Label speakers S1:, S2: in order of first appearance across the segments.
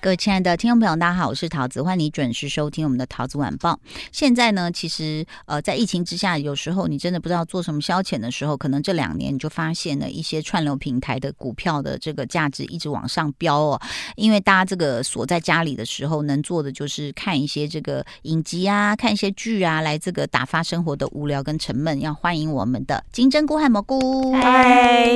S1: 各位亲爱的听众朋友，大家好，我是桃子，欢迎你准时收听我们的桃子晚报。现在呢，其实呃，在疫情之下，有时候你真的不知道做什么消遣的时候，可能这两年你就发现了一些串流平台的股票的这个价值一直往上飙哦。因为大家这个锁在家里的时候，能做的就是看一些这个影集啊，看一些剧啊，来这个打发生活的无聊跟沉闷。要欢迎我们的金针菇和蘑菇，
S2: 嗨，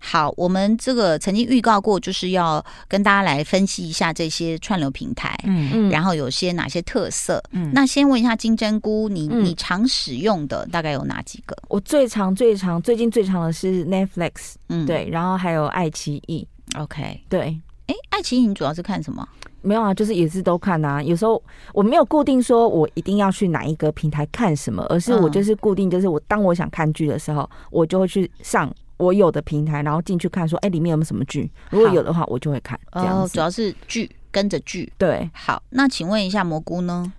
S1: 好，我们这个曾经预告过，就是要跟大家来分析一下这些串流平台，
S3: 嗯，
S2: 嗯
S1: 然后有些哪些特色。
S3: 嗯
S1: 那先问一下金针菇，你、
S2: 嗯
S1: 你常使用的大概有哪几个？
S2: 我最长最长最近最长的是 Netflix，、
S1: 嗯，
S2: 对，然后还有爱奇艺，
S1: ，OK。
S2: 对，
S1: 哎，爱奇艺你主要是看什么？
S2: 没有啊，就是也是都看啊。有时候我没有固定说我一定要去哪一个平台看什么，而是我
S1: 嗯
S2: 就是固定，就是我当我想看剧的时候，我就会去上我有的平台，然后进去看说，哎、里面有没有什么剧？如果
S1: 好
S2: 有的话，我就会看。这样
S1: 哦，主
S2: 子，
S1: 要是剧，跟着剧。
S2: 对，
S1: 好，那请问一下蘑菇呢？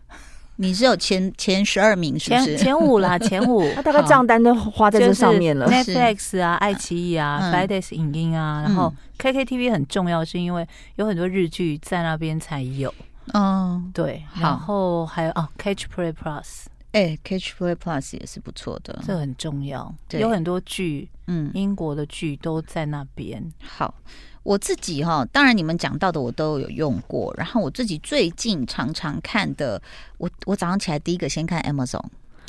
S1: 你是有前前十二名是不
S3: 前
S1: 是？
S3: 前五啦，前五
S2: 那大概账单都花在
S3: 就
S2: 这
S3: 是
S2: 上面了。
S3: Netflix 啊，爱奇艺啊
S1: 嗯
S3: ，Fridays 影音啊，然后 KKTV 很重要，是因为有很多日剧在那边才有，
S1: 嗯，
S3: 对，
S1: 好
S3: 然后还有哦，Catch Play Plus
S1: 哎，Catch Play Plus 也是不错的。
S3: 这很重要，
S1: 对
S3: 有很多剧，
S1: 嗯，
S3: 英国的剧都在那边，
S1: 好，我自己哈、当然你们讲到的我都有用过。然后我自己最近常常看的，我我早上起来第一个先看 Amazon，、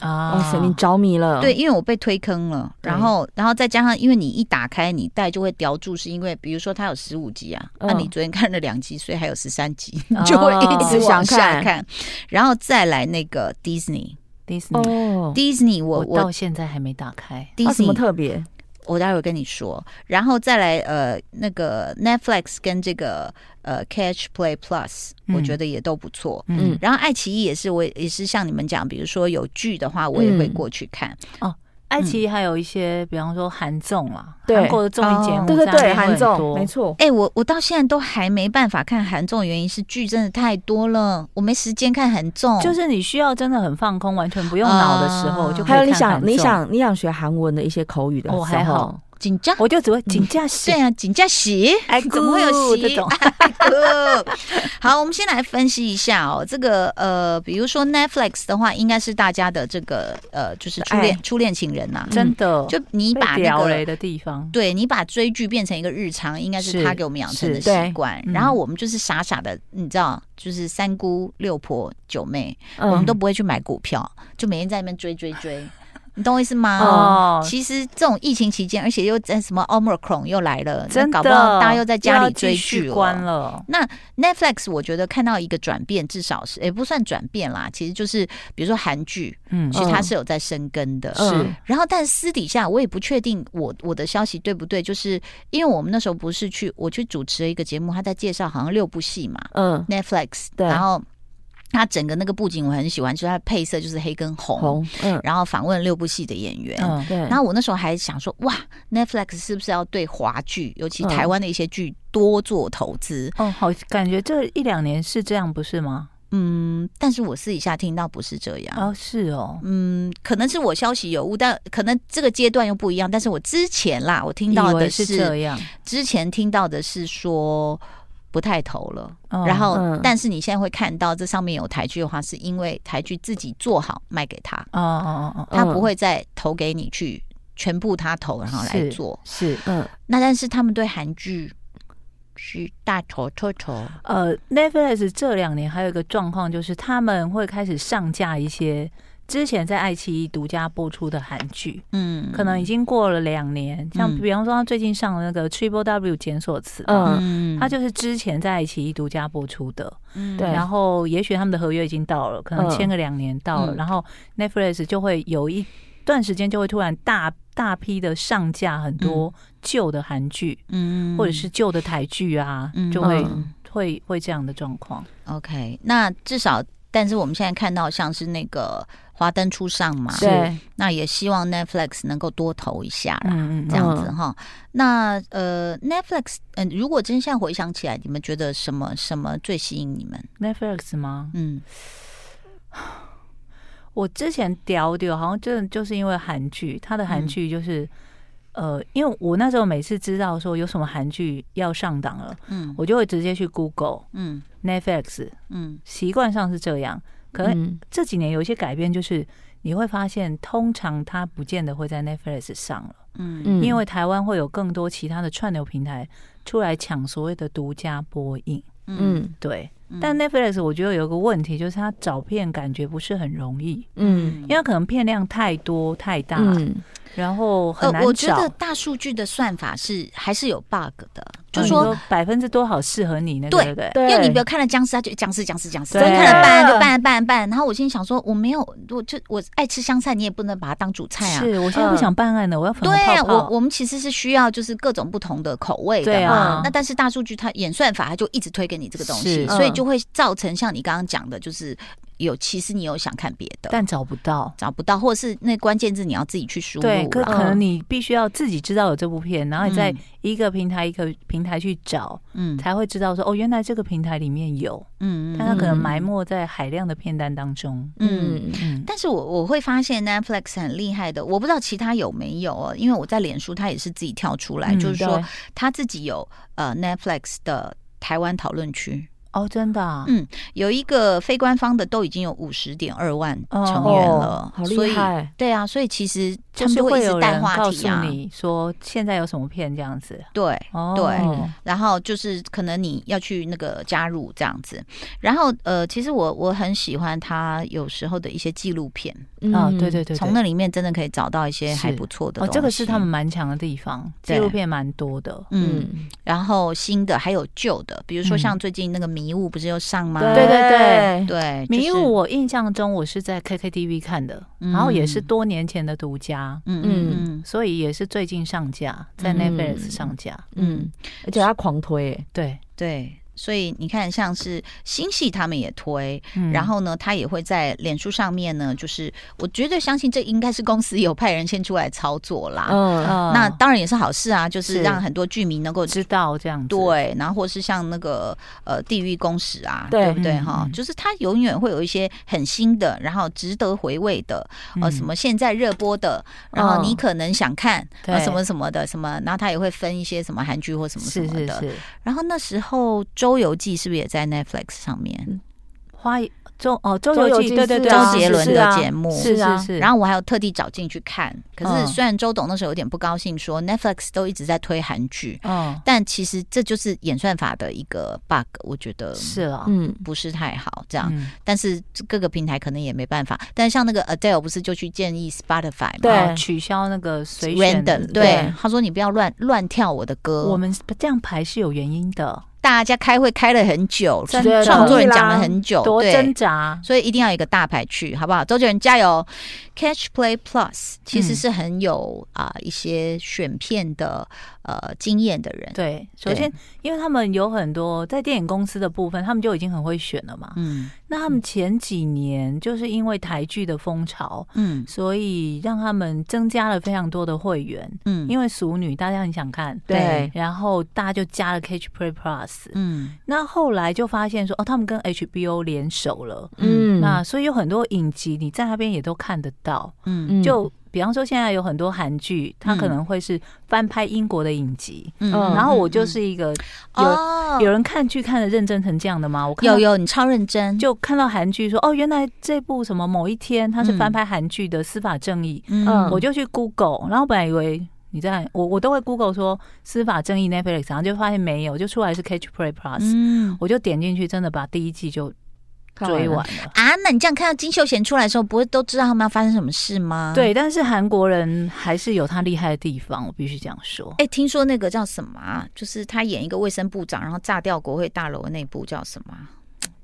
S3: 啊
S2: 哇塞，你哦着迷了。
S1: 对，，因为我被推坑了。然
S3: 对
S1: 后，然后再加上，因为你一打开你带就会叼住，是因为比如说它有十五集啊，那、
S2: 嗯
S1: 你昨天看了两集，所以还有十三集，
S3: 哦
S1: 就会一直
S2: 一直
S1: 往
S2: 想
S1: 下
S2: 看
S1: 看。然后再来那个 Disney，Disney
S2: 哦，
S1: 我
S3: 我到
S1: 我。
S3: 现在还没打开，
S2: 啊什
S1: Disney，
S2: 么特别？
S1: 我待会儿跟你说，然后再来呃那个 Netflix 跟这个呃 Catch Play Plus，、
S3: 嗯
S1: 我觉得也都不错。
S3: 嗯
S2: 嗯，
S1: 然后爱奇艺也是，我也也是像你们讲，比如说有剧的话，我也会
S2: 嗯
S1: 过去看。
S3: 爱奇艺还有一些，比方说韩综啊，
S2: 对
S3: 韩国的综艺节
S1: 哦
S3: 目
S2: 对对
S3: 在那
S2: 对，
S3: 边
S2: 韩
S3: 很
S2: 综
S3: 多
S2: 没错。
S1: 哎、我我到现在都还没办法看韩综，原因是剧真的太多了，我没时间看韩综。
S3: 就是你需要真的很放空，完全不用脑的时候，
S1: 啊
S3: 就可以
S2: 还有你
S3: 看韩
S2: 想你
S3: 综，
S2: 想你想学韩文的一些口语的时候，
S3: 我哦还好，
S1: 紧张，
S3: 我就只会请假写
S1: 对，啊，紧张喜，
S3: 哎
S1: 怎么会有
S3: 咕
S1: 喜
S3: 这 种？
S1: 哎咕好，我们先来分析一下哦，这个呃，比如说 Netflix 的话，应该是大家的这个呃，就是初恋
S2: 爱
S1: 初恋情人呐、
S3: 真的
S1: 就你
S3: 被
S1: 把那
S3: 屌
S1: 个
S3: 雷的地方，
S1: 对你把追剧变成一个日常，应该是
S3: 是
S1: 他给我们养成的
S3: 是
S1: 习惯。
S3: 对
S1: 然后
S3: 嗯
S1: 我们就是傻傻的，你知道，就是三姑六婆九妹，我们
S2: 嗯
S1: 都不会去买股票，就每天在那边追追追，你懂我意思吗？
S3: 哦
S1: 其实这种疫情期间，而且又在什么 Omicron 又来了，那
S3: 真的
S1: 搞不好大家又在家
S3: 要
S1: 里追
S3: 继
S1: 剧
S3: 续
S1: 了。
S3: 关了，
S1: 那 Netflix 我觉得看到一个转变，至少是也不算转变啦，其实就是比如说韩剧，
S3: 嗯
S1: 其实它是有在生根的，
S2: 嗯
S3: 是
S1: 然后，但私底下我也不确定我我的消息对不对，就是因为我们那时候不是去我去主持了一个节目，他在介绍好像六部戏嘛
S2: 嗯
S1: ，Netflix，
S2: 对
S1: 然后他整个那个布景我很喜欢，就是它的配色就是黑跟红，
S2: 红嗯
S1: 然后访问六部戏的演员。
S3: 嗯
S2: 对，
S1: 然后我那时候还想说，哇，Netflix 是不是要对华剧，尤
S3: 嗯
S1: 其台湾的一些剧多做投资？
S3: 哦，好，感觉这一两年是这样，不是吗？
S1: 嗯，但是我私底下听到不是这样。
S3: 哦，是哦，
S1: 嗯，可能是我消息有误，但可能这个阶段又不一样。但是我之前啦，我听到
S3: 以
S1: 的
S3: 为是这样，
S1: 之前听到的是说不太投了，
S3: 哦
S1: 然后、
S2: 嗯
S1: 但是你现在会看到这上面有台剧的话，是因为台剧自己做好卖给他，
S3: 哦哦哦哦，
S1: 他不会再投给你去全部他投然后来
S3: 是
S1: 做。
S3: 是
S2: 嗯
S1: 那但是他们对韩剧是大投特投，
S3: 呃，Netflix 这两年还有一个状况就是，他们会开始上架一些之前在爱奇艺独家播出的韩剧，
S1: 嗯，
S3: 可能已经过了两年。像
S1: 嗯
S3: 比方说，他最近上了那个 Triple W 检索词吧，
S2: 嗯
S1: 嗯
S3: 它就是啊之前在爱奇艺独家播出的。
S1: 嗯
S2: 对
S3: 然后也许他们的合约已经到了，可能
S2: 嗯
S3: 签个两年到了，
S1: 嗯
S3: 然后 Netflix 就会有一段时间就会突然大大批的上架很多旧的韩剧。
S1: 嗯
S3: 或者是旧的台剧啊，
S1: 嗯
S3: 就会、
S2: 嗯
S3: 会会这样的状况。
S1: OK，那至少，但是我们现在看到像是那个华灯初上嘛，
S3: 是
S2: 对，
S1: 那也希望 Netflix 能够多投一下啦。
S3: 嗯嗯
S1: 这样子哈，那呃，Netflix，嗯、如果真相回想起来，你们觉得什么什么最吸引你们？
S3: ，Netflix 吗？
S1: 嗯，
S3: 我之前屌屌好像真的就是因为韩剧，他的韩剧就是、呃，因为我那时候每次知道说有什么韩剧要上档了，
S1: 嗯
S3: 我就会直接去 Google、
S1: 嗯
S3: Netflix，
S1: 嗯
S3: 习惯上是这样。可能
S2: 嗯
S3: 这几年有一些改变，就是你会发现，通常它不见得会在 Netflix 上了，
S1: 嗯
S2: 嗯
S3: 因为台湾会有更多其他的串流平台出来抢所谓的独家播映。
S1: 嗯，
S2: 嗯
S3: 对，但 Netflix 我觉得有个问题，就是它找片感觉不是很容易，
S2: 嗯
S3: 因为它可能片量太多太大，
S2: 嗯
S3: 然后很难
S1: 呃我觉
S3: 找
S1: 得。大数据的算法是还是有 bug 的，就
S3: 你
S1: 说、
S3: 百分之多好适合你那个，
S1: 对
S3: 对嗯不对？
S2: 对，
S1: 因为你比如看了僵尸，他就僵尸僵尸僵尸，
S3: 对
S1: 然后看了办案就办案办案办案，然后我心里想说，我没有，我就我爱吃香菜，你也不能把它当主菜啊。
S3: 是我现在不
S2: 嗯
S3: 想办案了，我要粉
S1: 对
S3: 红泡泡。
S1: 我我们其实是需要就是各种不同的口味的
S3: 对
S1: 嘛。
S3: 啊
S1: 那但是大数据它演算法它就一直推给你这个东西，
S3: 是
S1: 所以
S2: 嗯
S1: 就会造成像你刚刚讲的，就是有其实你有想看别的，
S3: 但找不到。
S1: 找不到，或者是那关键字你要自己去输入
S3: 对，
S1: 啦。
S3: 可可能你必须要自己知道有这部片，然后你在
S1: 嗯
S3: 一个平台一个平台去找，
S1: 嗯
S3: 才会知道说哦，原来这个平台里面有，
S1: 嗯
S3: 但它可能埋没在海量的片单当中。
S1: 嗯。
S2: 嗯
S3: 嗯，
S1: 但是我我会发现 Netflix 很厉害的，我不知道其他有没有哦，因为我在脸书它也是自己跳出来，
S3: 嗯
S1: 就是说
S3: 对
S1: 他自己有呃 Netflix 的台湾讨论区，
S3: 哦，真的啊，
S1: 嗯有一个非官方的都已经有五十点二万
S3: 哦
S1: 成员了，
S2: 嗯好
S1: 所
S2: 厉
S1: 以
S2: 害，
S1: 对啊，所以其实他
S3: 就
S1: 们
S3: 是
S1: 就会一
S3: 有
S1: 直带
S3: 人
S1: 话
S3: 告
S1: 题
S3: 诉
S1: 啊，
S3: 你说现在有什么片这样子。
S1: 对，
S3: 哦，
S1: 对然后就是可能你要去那个加入这样子，然后呃，其实我我很喜欢他有时候的一些纪录片，
S3: 啊，
S2: 嗯
S1: 嗯
S3: 对对对，对
S1: 从那里面真的可以找到一些
S3: 是
S1: 还不错的
S3: 哦，这个
S1: 东西
S3: 是他们蛮强的地方，纪
S1: 对
S3: 录片蛮多的。
S1: 嗯。
S2: 嗯，
S1: 然后新的还有旧的，比如说
S3: 嗯
S1: 像最近那个迷雾不是又上吗？
S2: 对对对，
S1: 对，
S3: 迷
S1: 就是
S3: 雾，我印象中我是在 KKTV 看的，
S1: 嗯
S3: 然后也是多年前的独家，
S1: 嗯嗯
S3: 所以也是最近上架，在
S1: 嗯
S3: Netflix 上架。
S2: 嗯，而且他狂推耶，
S3: 对，
S1: 嗯，对。所以你看，像是星系他们也推，
S3: 嗯
S1: 然后呢，他也会在脸书上面呢，就是我绝对相信这应该是公司有派人先出来操作啦。
S2: 嗯
S3: 呃
S1: 那当然也是好事啊，就是
S3: 是
S1: 让很多剧迷能够
S3: 知道这样子，
S1: 对，然后或是像那个呃地狱公使啊，
S2: 对
S1: 不对
S3: 嗯
S1: 哈？
S3: 嗯
S1: 就是它永远会有一些很新的，然后值得回味的，呃，
S3: 嗯
S1: 什么现在热播的，然后你
S2: 嗯
S1: 可能想看，呃，
S3: 对
S1: 什么什么的，什么，然后它也会分一些什么韩剧或什么什
S3: 是
S1: 么
S3: 是
S1: 的。
S3: 是，
S1: 然后那时候《周游记》是不是也在 Netflix 上面？
S3: 花周哦周
S2: 周
S3: 游
S2: 游
S3: 记，
S2: 记
S3: 对对
S2: 是
S3: 对，
S1: 周
S2: 啊
S1: 杰伦
S2: 是
S1: 的
S2: 啊
S1: 节目
S3: 是
S2: 是啊
S3: 是是，
S1: 然
S3: 后
S1: 后我还有特地找进去看，可是
S3: 嗯
S1: 虽然周董那时候有点不高兴，说 Netflix 都一直在推韩剧，
S3: 嗯
S1: 但其实这就是演算法的一个 bug，我觉得
S3: 是了，
S2: 嗯
S1: 不是太好这样。
S3: 嗯
S1: 但是各个平台可能也没办法。但像那个 Adele 不是就去建议 Spotify 嘛？
S2: 对
S3: 哦取消那个随选的
S1: Random 对
S2: 对，
S1: 他说你不要乱乱跳我的歌。
S3: 我们这样排是有原因的，
S1: 大家开会开了很久，
S3: 真的
S1: 创作人讲了很久，
S3: 多挣
S1: 对，
S3: 扎，
S1: 所以一定要有一个大牌去，好不好？周杰伦加油！Catch Play Plus 其实
S3: 嗯
S1: 是很有啊、一些选片的呃经验的人，
S3: 对，首先因为他们有很多在电影公司的部分，他们就已经很会选了嘛。
S1: 嗯
S3: 那他们前几年就是因为台剧的风潮，
S1: 嗯
S3: 所以让他们增加了非常多的会员，
S1: 嗯，
S3: 因
S1: 为
S3: 为熟女大家很想看，
S2: 对
S3: 然后大家就加了 Catch Play Plus，、
S1: 嗯
S3: 那后来就发现说，哦，他们跟 HBO 联手了，
S2: 嗯，
S3: 那所以有很多影集你在那边也都看得到，
S1: 嗯
S2: 嗯
S3: 就。比方说，现在有很多韩剧，它
S1: 嗯
S3: 可能会是翻拍英国的影集，
S1: 嗯
S2: 嗯
S3: 然后我就是一个有、
S1: 哦
S3: 有人看剧看的认真成这样的吗？我看到
S1: 有有，你超认真，
S3: 就看到韩剧说哦，原来这部什么某一天它是
S1: 嗯
S3: 翻拍韩剧的《司法正义》
S2: 嗯
S3: 我就去 Google，然后本来以为你在我我都会 Google 说《司法正义》Netflix，然后就发现没有，就出来是 Catch Play Plus，、
S1: 嗯
S3: 我就点进去，真的把第一季就
S2: 看
S3: 追
S2: 了
S3: 完了。
S1: 啊，那你这样看到金秀贤出来的时候，不会都知道他们要发生什么事吗？，
S3: 对，但是韩国人还是有他厉害的地方，我必须这样说。
S1: 哎，听说那个叫什么啊？就是他演一个卫生部长，然后炸掉国会大楼的那部叫什么啊？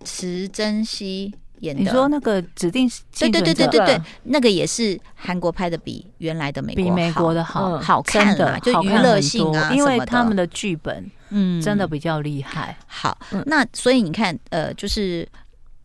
S1: 池珍熙演的。
S3: 你说那个指
S1: 对
S3: 定幸
S1: 对
S3: 存
S1: 对对
S3: 者
S1: 对对
S2: 对，
S1: 那个也是韩国拍的，比原来的美国
S3: 比美国
S1: 的
S3: 的好，
S2: 嗯
S1: 好看
S3: 真
S1: 啦，
S3: 的
S1: 就
S3: 好
S1: 娱
S3: 看很
S1: 乐
S3: 多
S1: 性啊，
S3: 因
S1: 什
S3: 为
S1: 么
S3: 他们的剧本
S1: 嗯
S3: 真的比较厉害。
S1: 好
S2: 嗯。
S1: 那所以你看，呃，就是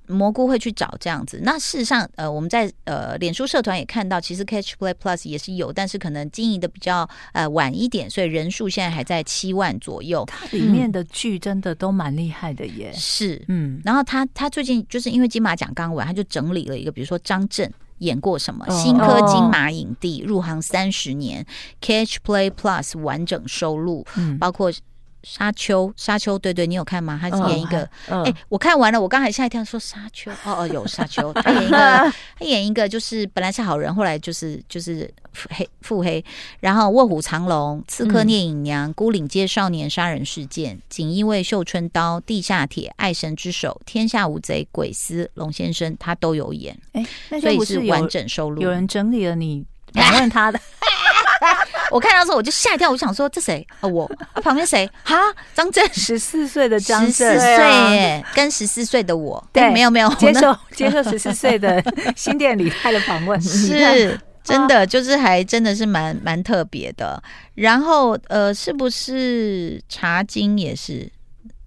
S1: 蘑菇会去找这样子。那事实上，呃，我们在呃脸书社团也看到，其实 Catch Play Plus 也是有，但是可能经营的比较呃晚一点，所以人数现在还在七万左右。
S3: 它里面的剧真的都蛮厉害的耶。
S1: 嗯是，
S3: 嗯，
S1: 然后他他最近就是因为金马奖刚完，他就整理了一个，比如说张震。演过什么？
S3: 哦
S1: 新科金马影帝，入行三十年，Catch Play Plus 完整收录，
S3: 嗯
S1: 包括《沙丘》。沙丘，对对，你有看吗？他
S2: 嗯
S1: 演一个，
S2: 嗯
S1: 哎、我看完了，我刚才吓一跳，说沙丘，哦哦，有沙丘，他 演一个，他演一个就是本来是好人，后来就是就是黑腹黑，然后卧虎藏龙、刺客
S3: 嗯
S1: 聂隐娘、孤岭街少年杀人事件、锦衣卫绣春刀、地下铁、爱神之手、天下无贼、鬼司、龙先生，他都有演，
S3: 哎、那
S1: 所
S3: 些
S1: 以
S3: 不
S1: 是
S3: 有
S1: 完整收录。
S3: 有人整理了你访问 他的，
S1: 我看到的时候我就吓一跳，我想说这谁？哦，我啊，旁边谁？哈，张震。
S3: 十四岁的张
S1: 十
S3: 震
S1: 四
S2: 对
S1: 岁
S2: 啊
S1: 耶，跟十四岁的我，
S3: 对
S1: 哎没有没有，我
S3: 接
S1: 那
S3: 受接受十四 岁的新店李泰的访 问，你看
S1: 是真的，就是还真的是蛮蛮特别的。然后呃，是不是茶经也是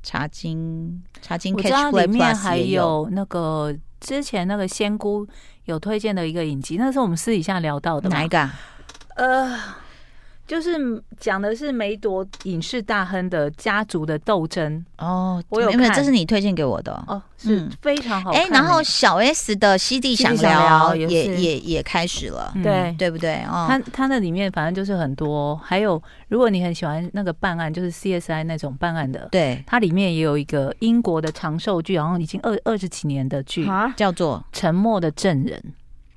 S1: 茶经？茶经
S3: 我
S1: Catch
S3: 知道
S1: Play
S3: 里面
S1: Plus
S3: 还
S1: 也有。
S3: 有那个之前那个仙姑有推荐的一个影集，那是我们私底下聊到的嘛
S1: 哪一？个、啊？
S3: 呃，就是讲的是梅朵影视大亨的家族的斗争
S1: 哦，
S3: 我有
S1: 没有没有，
S3: 看
S1: 这是你推荐给我的哦。
S3: 哦，是
S1: 嗯
S3: 非常好看
S1: 哎、
S3: 欸。
S1: 然后小 S 的《西地
S2: 西地
S1: 想
S2: 想
S1: 聊》
S2: 聊也
S1: 也
S2: 是
S1: 也也开始了，
S3: 嗯
S2: 对
S1: 对不对？哦，
S3: 它它那里面反正就是很多，还有如果你很喜欢那个办案，就是 CSI 那种办案的，
S1: 对
S3: 它里面也有一个英国的长寿剧，然后已经二二十几年的剧，《
S2: 啊，
S1: 叫做
S3: 沉默的证人》，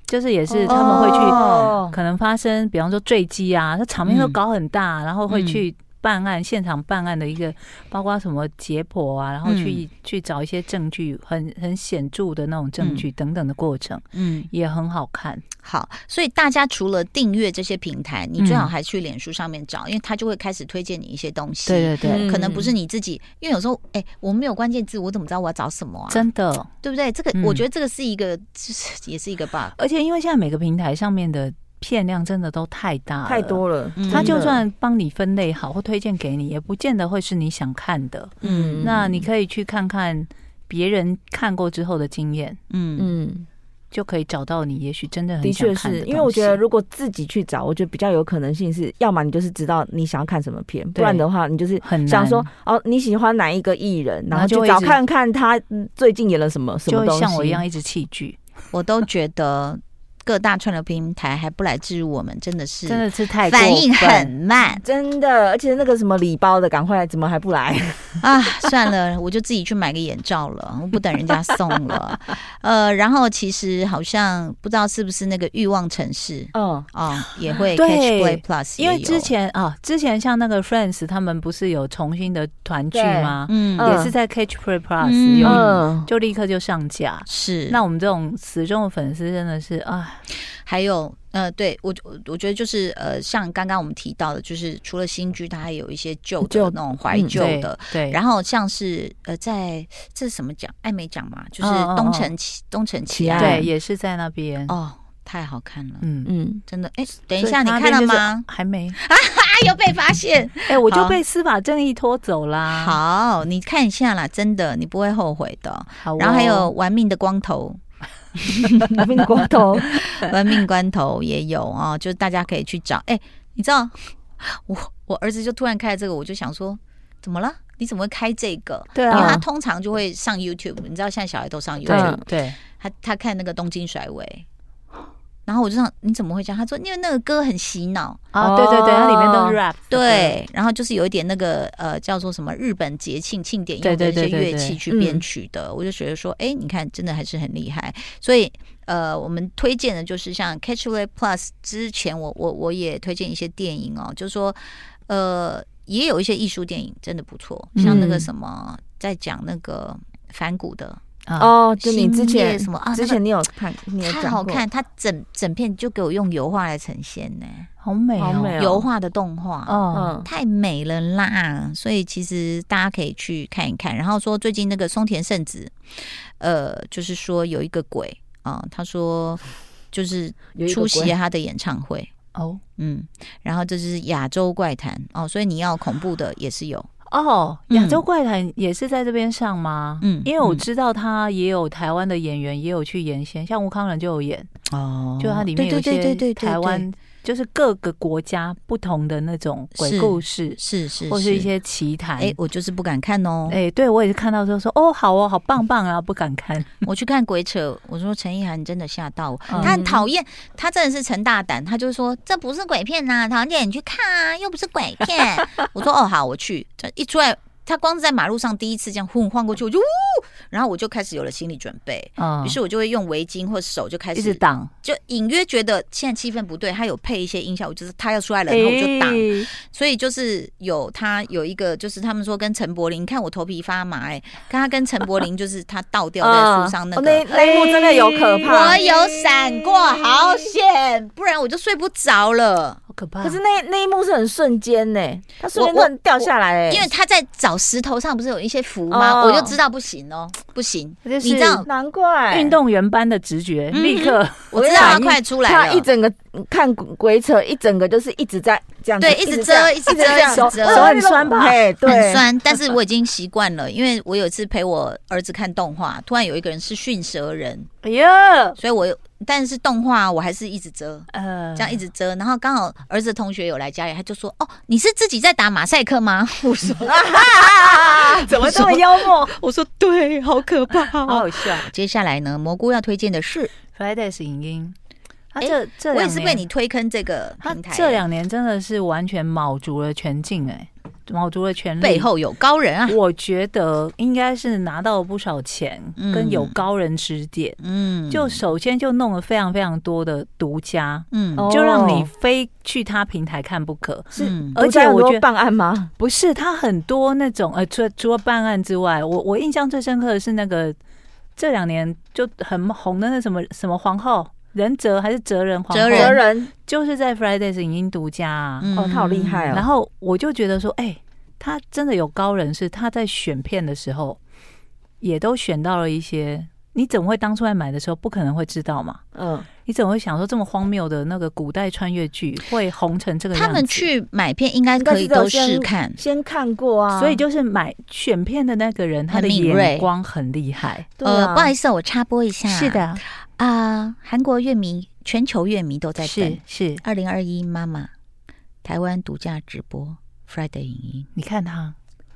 S3: 就是也是他们会去
S2: 哦
S3: 可能发生，比方说坠机啊，它场面会
S1: 嗯
S3: 搞很大，然后会
S1: 嗯
S3: 去办案、现场办案的一个，包括什么解剖啊，然后
S1: 嗯
S3: 去、去找一些证据，很很显著的那种证据等等的过程，
S1: 嗯
S3: 也很好看。
S1: 好，所以大家除了订阅这些平台，你最好
S3: 嗯
S1: 还去脸书上面找，因为它就会开始推荐你一些东西。
S3: 对对对，
S2: 嗯
S1: 可能不是你自己，因为有时候，哎、我没有关键字，我怎么知道我要找什么啊？
S3: 真的。
S1: 对不对？这个、
S3: 嗯
S1: 我觉得这个是一个，就是 也是一个 bug。
S3: 而且因为现在每个平台上面的片量真的都太大了
S2: 太。多了
S1: 嗯，
S3: 他
S2: 真
S3: 就
S2: 的
S3: 算帮你分类好或推荐给你，也不见得会是你想看的。
S1: 嗯
S3: 那你可以去看看别人看过之后的经验，
S1: 嗯
S2: 嗯，
S3: 就可以找到你也许真的很
S2: 的确
S3: 想看
S2: 是
S3: 的
S2: 因为我觉
S3: 东
S2: 得
S3: 西
S2: 如果自己去找，我觉得比较有可能性是，要么你就是知道你想要看什么片，不
S3: 对
S2: 然的话你就是
S3: 很难
S2: 想说哦你喜欢哪一个艺人，然
S3: 然
S2: 后
S3: 后
S2: 去
S3: 就会
S2: 找
S3: 一直
S2: 看看他嗯最近演了什么什
S3: 就
S2: 么东
S3: 会
S2: 西，
S3: 像我一样一直弃剧，
S1: 我都觉得各大串流平台还不来置入我们，真的是
S3: 真的是太过
S1: 反应
S3: 分
S1: 很哦慢
S2: 真的，而且那个什么礼包的，赶快怎么还不来？
S1: 啊！算了，我就自己去买个眼罩了，我不等人家送了。呃，然后其实好像不知道是不是那个欲望城市
S2: 嗯，
S1: 哦， 也会
S3: 对
S1: Catch Play Plus，
S3: 因为
S1: 也有
S3: 之前啊，之前像那个 Friends 他们不是有重新的团聚
S2: 对
S3: 吗？
S1: 嗯
S2: 嗯
S3: 也是在 Catch Play Plus、
S1: 嗯
S3: 有
S2: 嗯，
S3: 就立刻就上架。
S1: 是
S3: 那我们这种死忠的粉丝真的是啊，
S1: 还有呃，对我我我觉得就是呃，像刚刚我们提到的，就是除了新剧，它还有一些旧的
S2: 旧
S1: 那种怀
S2: 嗯
S1: 旧的。
S3: 对，
S1: 然后像是呃，在这是什么奖？艾美奖嘛，就是
S3: 嗯嗯嗯
S1: 东城奇东城奇
S2: 后
S1: 案。
S3: 对也是在那边，
S1: 嗯哦，太好看了，
S3: 嗯。
S2: 嗯，
S1: 真的。哎，等一
S3: 所以
S1: 下，你
S3: 他
S1: 看
S3: 那
S1: 了
S3: 边就是
S1: 吗？
S3: 还没，
S1: 啊，又被发现。
S3: 哎、我就
S1: 好
S3: 被司法正义拖走啦。，
S1: 好，你看一下啦，真的，你不会后悔的。
S3: 好哦
S1: 然后还有玩命的光头，
S2: 嗯我跟你光头，
S1: 玩命关头也有啊、就是大家可以去找。哎、你知道 我我儿子就突然开了这个，我就想说怎么了？你怎么会开这个？
S3: 对
S2: 嗯
S1: 因为他
S3: 啊，
S1: 通常就会上 YouTube，你知道现在小孩都上
S3: 对
S1: YouTube，
S3: 对，
S1: 他他看那个东京甩尾，然后我就想你怎么会这样？他说因为那个歌很洗脑，
S3: 啊，对对对，它里面都
S2: 哦
S3: 是 rap，的
S1: 对，然后就是有一点那个呃叫做什么日本节庆庆典用的
S3: 对对
S1: 一些
S3: 对对
S1: 乐器
S3: 对
S1: 去
S2: 嗯
S1: 编曲的，我就觉得说，哎，你看真的还是很厉害。所以呃，我们推荐的就是像 Catchplay Plus 之前我，我我也推荐一些电影哦，就是说呃也有一些艺术电影真的不错，像那个
S2: 嗯
S1: 什么、在讲那个反骨的
S3: 啊，
S2: 哦，就你之
S1: 星夜
S2: 前
S1: 什么啊，
S2: 之
S1: 那个
S2: 前你有看，你有
S1: 太
S2: 讲
S1: 好
S2: 过
S1: 看，它整整片就给我用油画来呈现呢、
S3: 好美
S2: 好
S3: 哦
S2: 美，对哦
S1: 油画的动画
S3: 哦，
S2: 嗯，
S1: 太美了啦！所以其实大家可以去看一看。然后说最近那个松田圣子，呃，就是说有一个鬼啊、他说就是
S2: 有一个
S1: 出席
S2: 鬼
S1: 他的演唱会，
S3: 哦
S1: 嗯，然后这就是亚洲怪谈哦，所以你要恐怖的也是有，
S3: 哦，亚洲怪谈也是在这边上吗？
S1: 嗯
S3: 因为我
S1: 嗯
S3: 知道他也有台湾的演员也有去演先，像吴康仁就有演，
S1: 哦
S3: 就它里面
S1: 对
S3: 有一
S1: 对对对对
S3: 些
S1: 对对
S3: 台湾就是各个国家不同的那种鬼
S1: 是
S3: 故事，
S1: 是是，
S3: 或是一些奇谈。
S1: 哎，我就是不敢看哦。
S3: 哎、对我也是看到说说哦，好哦，好棒棒啊，不 敢看。
S1: 我去看鬼扯，我说陈意涵你真的吓到我，
S3: 嗯
S1: 他很讨厌，他真的是陈大胆，他就说这不是鬼片呐、唐姐你去看啊，又不是鬼片。 我说哦好，我去。这一出来，他光是在马路上第一次这样晃晃过去，我就呜，然后我就开始有了心理准备，
S3: 嗯
S1: 于是我就会用围巾或手就开
S3: 一直
S1: 始，
S3: 挡，
S1: 就隐约觉得现在气氛不对，他有配一些音效，我就是他要出来了，然后我就挡。
S3: 哎
S1: 所以就是有他有一个，就是他们说跟陈柏霖，你看我头皮发麻哎、看他跟陈柏霖就是他倒吊
S3: 嗯
S1: 在树上那
S2: 哦
S1: 个
S2: 那。那一幕真的有可怕
S1: 我。有闪过，好险，不然我就睡不着了。
S3: 好可怕。
S2: 可是那那一幕是很瞬间呢，他瞬间突然掉下来欸，
S1: 因为他在找石头上不是有一些符吗？
S2: 哦
S1: 我就知道不行哦，不行，
S3: 这就是
S1: 你知道，
S2: 难怪
S3: 运。动员般的直觉，
S1: 嗯
S3: 立刻
S1: 我知道他快出来
S2: 他
S1: 了
S2: 一。整个看鬼扯，一整个就是一直在这样子，
S1: 对一直遮一直遮
S2: 这样
S1: 一直遮
S3: 手很酸吧
S2: 哎，对，
S1: 很酸，但是我已经习惯了，因为我有一次陪我儿子看动画，突然有一个人是驯蛇人，
S3: 哎呀，
S1: 所以我但是动画我还是一直遮，
S3: 呃，
S1: 这样一直遮，然后刚好儿子的同学有来家里，他就说：“哦，你是自己在打马赛克吗？”我说
S2: 啊怎么这么幽默？：“
S1: 我说对，好可怕、
S3: 好好笑。
S1: 接下来呢，蘑菇要推荐的是，
S3: Fridays 影音，他
S1: 哎
S3: 这这
S1: 我也
S3: 两
S1: 是
S3: 年
S1: 被你推坑这个
S3: 他
S1: 平台，
S3: 这两年真的是完全卯足了全劲哎、卯足了全力。
S1: 背，后有高人啊。
S3: 我觉得应该是拿到了不少钱，
S1: 嗯
S3: 跟有高人指点。
S1: 嗯，
S3: 就首先就弄了非常非常多的独家，
S1: 嗯
S2: 哦
S3: 就让你非去他平台看不可。
S1: 嗯
S3: 而且
S2: 有
S3: 我
S2: 很
S3: 觉
S2: 多
S3: 得
S2: 办案吗？
S3: 不是他很多那种呃，除了除了办案之外，我我印象最深刻的是那个这两年就很红的那什么什么皇后仁哲还是哲人皇后，
S1: 哲人
S2: 哲人
S3: 就是在 Fridays 影音独家、啊，
S1: 嗯
S2: 哦，他好厉害哦。
S3: 然后我就觉得说，哎、他真的有高人，是他在选片的时候，也都选到了一些，你怎么会当初在买的时候不可能会知道嘛？
S2: 嗯，
S3: 你怎么会想说这么荒谬的那个古代穿越剧会红成这个样子？
S1: 他们，去买片应该可以都试看，
S2: 先看过啊，
S3: 所以就是买选片的那个人，他
S1: 很
S3: 的
S1: 敏锐
S3: 眼光很厉害。
S2: 对啊
S1: 呃，不好意思，我插播一下，
S3: 是的，
S1: 啊，韩、国乐迷、全球乐迷都在
S3: 是
S1: 等
S3: 是，
S1: 二零二一妈妈台湾独家直播 Friday 影音
S3: 你看他，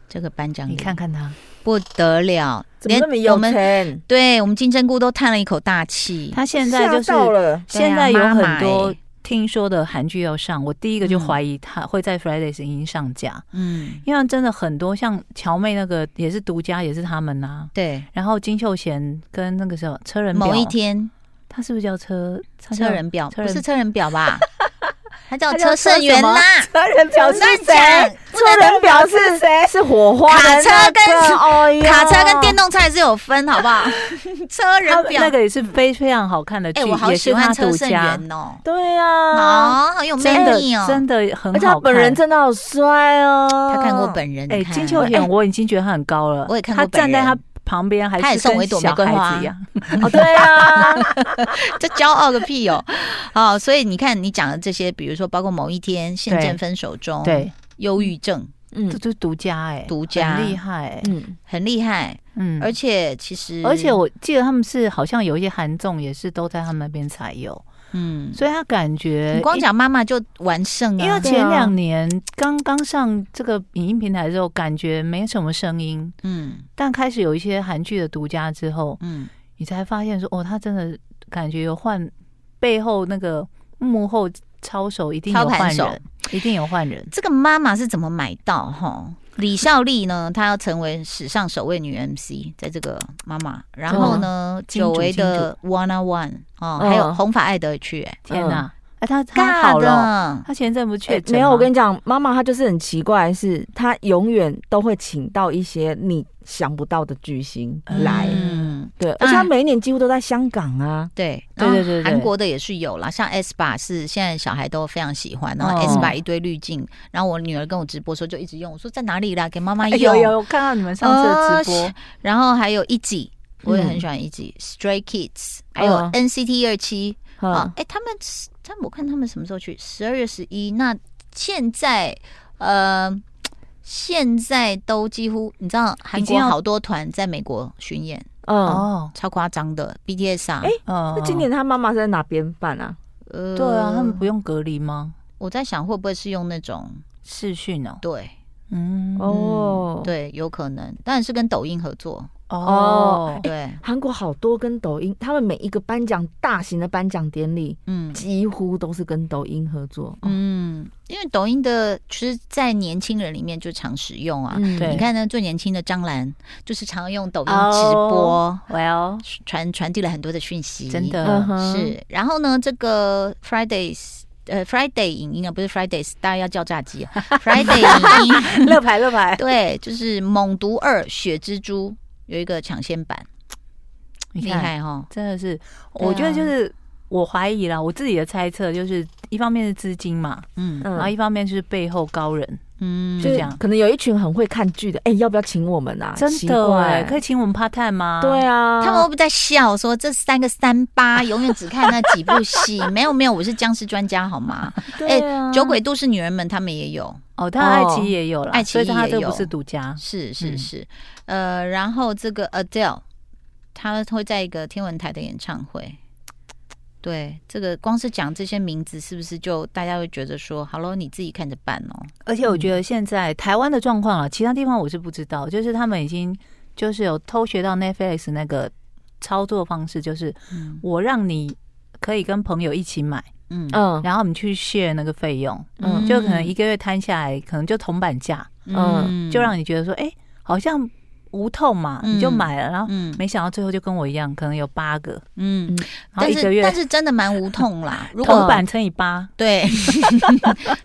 S1: 这个颁奖礼，
S3: 你看看他，
S1: 不得了，
S2: 怎么那么有
S1: 我们
S2: 钱？
S1: 对我们金针菇都叹了一口大气。
S3: 他现在就是
S2: 吓到了，
S1: 对啊
S3: 现在有
S1: 妈妈
S3: 很多
S1: 欸
S3: 听说的韩剧要上，我第一个就
S1: 嗯
S3: 怀疑他会在 Fridays 影音上架。
S1: 嗯，
S3: 因为真的很多像乔妹那个也是独家，也是他们呐、
S1: 对，
S3: 然后金秀贤跟那个什么车人表
S1: 某一，天
S3: 他是不是叫车他叫
S1: 车人表
S3: 车
S1: 不
S3: 人
S1: 是车人表 吧？他叫
S2: 他叫
S1: 车胜元啦，
S2: 车人表是
S1: 乱
S2: 谁？
S1: 讲，不
S2: 车
S1: 能
S2: 人表是谁？是火花的
S1: 卡车跟
S2: 那个哎呦
S1: 卡车跟电动车还是有分，好不 好？车
S3: 他
S1: 人表
S3: 那，个也是非非常好看的剧，
S1: 哎，我好
S3: 也是
S1: 喜
S3: 他
S1: 欢车
S3: 独
S1: 胜
S3: 家，
S1: 元哦，
S2: 对啊，
S1: 哦，好有魅
S3: 真的
S1: 力哦，
S3: 真的很好
S2: 而
S3: 看。
S2: 且他本人真的好帅哦，
S1: 他看过本人，
S3: 哎
S1: 你，看
S3: 金秀
S1: 哎
S3: 贤我已经觉得他很高了，
S1: 我也看过
S3: 他
S1: 本
S3: 站在
S1: 人
S3: 他旁边还
S1: 他也
S3: 是
S1: 送我
S3: 跟
S1: 一朵
S3: 小
S1: 玫瑰花
S3: 孩子一样，
S2: 哦，对啊，
S1: 这骄傲个屁哦！好，所以你看你讲的这些，比如说包括某一天宪政
S3: 对
S1: 分手中，
S3: 对，
S1: 忧郁症
S2: 嗯
S3: 这就是独家哎，
S1: 哦独家
S3: 很厉害哎，
S2: 嗯，
S1: 很厉害，
S3: 嗯，
S1: 而且其实
S3: 而且我记得他们是好像有一些韩综也是都在他们那边才有，
S1: 嗯，
S3: 所以他感觉
S1: 你光讲妈妈就完胜
S3: 因
S1: 啊，
S3: 因为
S2: 对
S3: 前
S2: 啊
S3: 两年刚刚上这个影音平台之后，感觉没什么声音，
S1: 嗯
S3: 但开始有一些韩剧的独家之后，
S1: 嗯，
S3: 你才发现说，哦，他真的感觉有换背后那个幕后操手，一定有
S1: 操盘
S3: 换
S1: 手嗯
S3: 人，一定有换人。
S1: 这个妈妈是怎么买到哈？李孝利呢，她要成为史上首位女 MC，在这个妈妈，然后呢，
S3: 哦金主
S1: 久违的 One on One 哦，
S2: 嗯
S1: 还有红发爱德去，哎
S3: 天哪、哎、他
S1: 尬
S3: 他好了，
S1: 的，
S3: 他前阵不确
S2: 哎
S3: 诊吗、啊
S2: 没有，我跟你讲，妈妈她就是很奇怪，是她永远都会请到一些你想不到的巨星来，
S1: 嗯，
S2: 对，
S1: 当
S2: 而且她
S1: 然
S2: 每一年几乎都在香港啊，
S1: 对，然
S3: 对
S1: 后
S3: 对对对
S1: 韩国的也是有啦，像 S 八是现在小孩都非常喜欢，然后
S3: 哦
S1: S 八一堆滤镜，然后我女儿跟我直播说就一直用，我说在哪里啦，给妈妈
S3: 哎有
S1: 用，
S3: 有有看到你们上次的直播，
S1: 呃然后还有一集。我也很
S2: 嗯
S1: 喜欢一集 Stray
S3: 哦
S1: Kids，还有
S2: 嗯
S1: NCT 二七啊
S2: 嗯，，
S1: 哎，他们是他们我看他们什么时候去？十二月十一。那现在呃，现在都几乎你知道，韩
S3: 已经
S1: 国
S3: 要
S1: 好多团在美国巡演，
S2: 嗯，
S3: 哦，
S1: 超夸张的。BTS 啊，
S2: 哎
S3: 嗯
S2: 那今年他妈妈是在哪边办啊？
S1: 呃
S3: 对啊，他们不用隔离吗？
S1: 我在想会不会是用那种
S3: 视讯哦，
S1: 对
S3: 嗯，
S2: 哦，，
S1: 对，有可能，当然是跟抖音合作，
S3: 哦，
S1: 对，
S2: 韩国好多跟抖音，他们每一个颁奖大型的颁奖典礼，
S1: 嗯。
S2: 几乎都是跟抖音合作。
S1: 嗯，因为抖音的其实，在年轻人里面就常使用啊。
S2: 嗯
S3: 对
S1: 你看呢，最年轻的张兰就是常用抖音
S3: 哦
S1: 直播，哦
S3: ，Well，
S1: 传传递了很多的讯息，
S3: 真的
S2: 嗯哼，
S1: 是。然后呢，这个 Fridays。呃，Friday 影音啊，不是 Fridays，大家要叫炸 鸡、啊。Friday 影音，
S3: 乐牌乐牌，
S1: 对，就是《猛毒二：血蜘蛛》有一个抢先版，
S3: 你
S1: 厉
S3: 看，
S1: 害哈。
S3: 真的是，
S1: 对啊
S3: 我觉得就是我怀疑啦，我自己的猜测就是一方面是资金嘛，
S1: 嗯
S2: 嗯
S3: 然后一方面就是背后高人，
S1: 嗯，
S2: 就
S3: 这
S2: 是
S3: 样
S2: 可能有一群很会看剧的，哎、要不要请我们啊？
S3: 真
S2: 奇
S3: 的哎，
S2: 怪
S3: 可以请我们 part time 吗？
S2: 对啊，
S1: 他们会不会在笑说这三个三 八永远只看那几部戏？没有没有，我是僵尸专家好吗？
S3: 哎
S2: 对
S3: 嗯
S2: 啊
S1: 酒鬼都市女人们他们也有，
S3: 哦，当然爱奇艺也有啦，
S1: 爱奇艺
S3: 所以它
S1: 也
S3: 这个
S1: 有
S3: 不是独家，
S1: 是是
S3: 嗯
S1: 是，呃，然后这个 Adele，她会在一个天文台的演唱会。对，这个光是讲这些名字，是不是就大家会觉得说，Hello，你自己看着办哦？
S3: 而且我觉得现在台湾的状况啊，其他地方我是不知道，就是他们已经就是有偷学到 Netflix 那个操作方式，就是
S1: 嗯
S3: 我让你可以跟朋友一起买，
S1: 嗯
S2: 嗯
S3: 然后你去 share 那个费用，
S2: 嗯
S3: 就可能一个月摊下来，可能就铜板价，
S2: 嗯
S3: 就让你觉得说，哎、好像无痛嘛，
S1: 嗯
S3: 你就买了，然后
S1: 嗯
S3: 没想到最后就跟我一样，可能有八个，
S1: 嗯，
S2: 嗯
S3: 然后
S1: 但
S3: 一个
S1: 是但
S3: 月
S1: 是真的蛮无痛 啦。如
S3: 铜
S1: 果
S3: 板乘以八，
S1: 对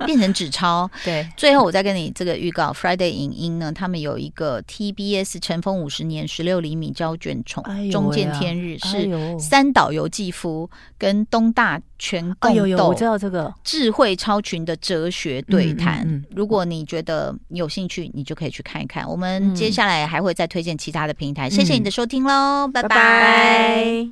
S1: 变成纸钞，
S3: 对，
S1: 最后我再跟你这个预告，Friday 影音呢，他们有一个 TBS 尘封五十年十六厘米胶卷重
S3: 哎呦喂啊
S1: 中见天日、
S3: 哎
S1: 是
S3: 呦
S1: 三岛由纪夫跟东大全
S3: 哦，
S1: 共
S3: 有有，
S1: 斗、
S3: 我知道这个，
S1: 智慧超群的哲学对谈。
S3: 嗯嗯嗯
S1: 如果你觉得有兴趣，你就可以去看一看。
S3: 嗯
S1: 我们接下来还会再推荐其他的平台。谢谢你的收听喽，拜
S2: 拜拜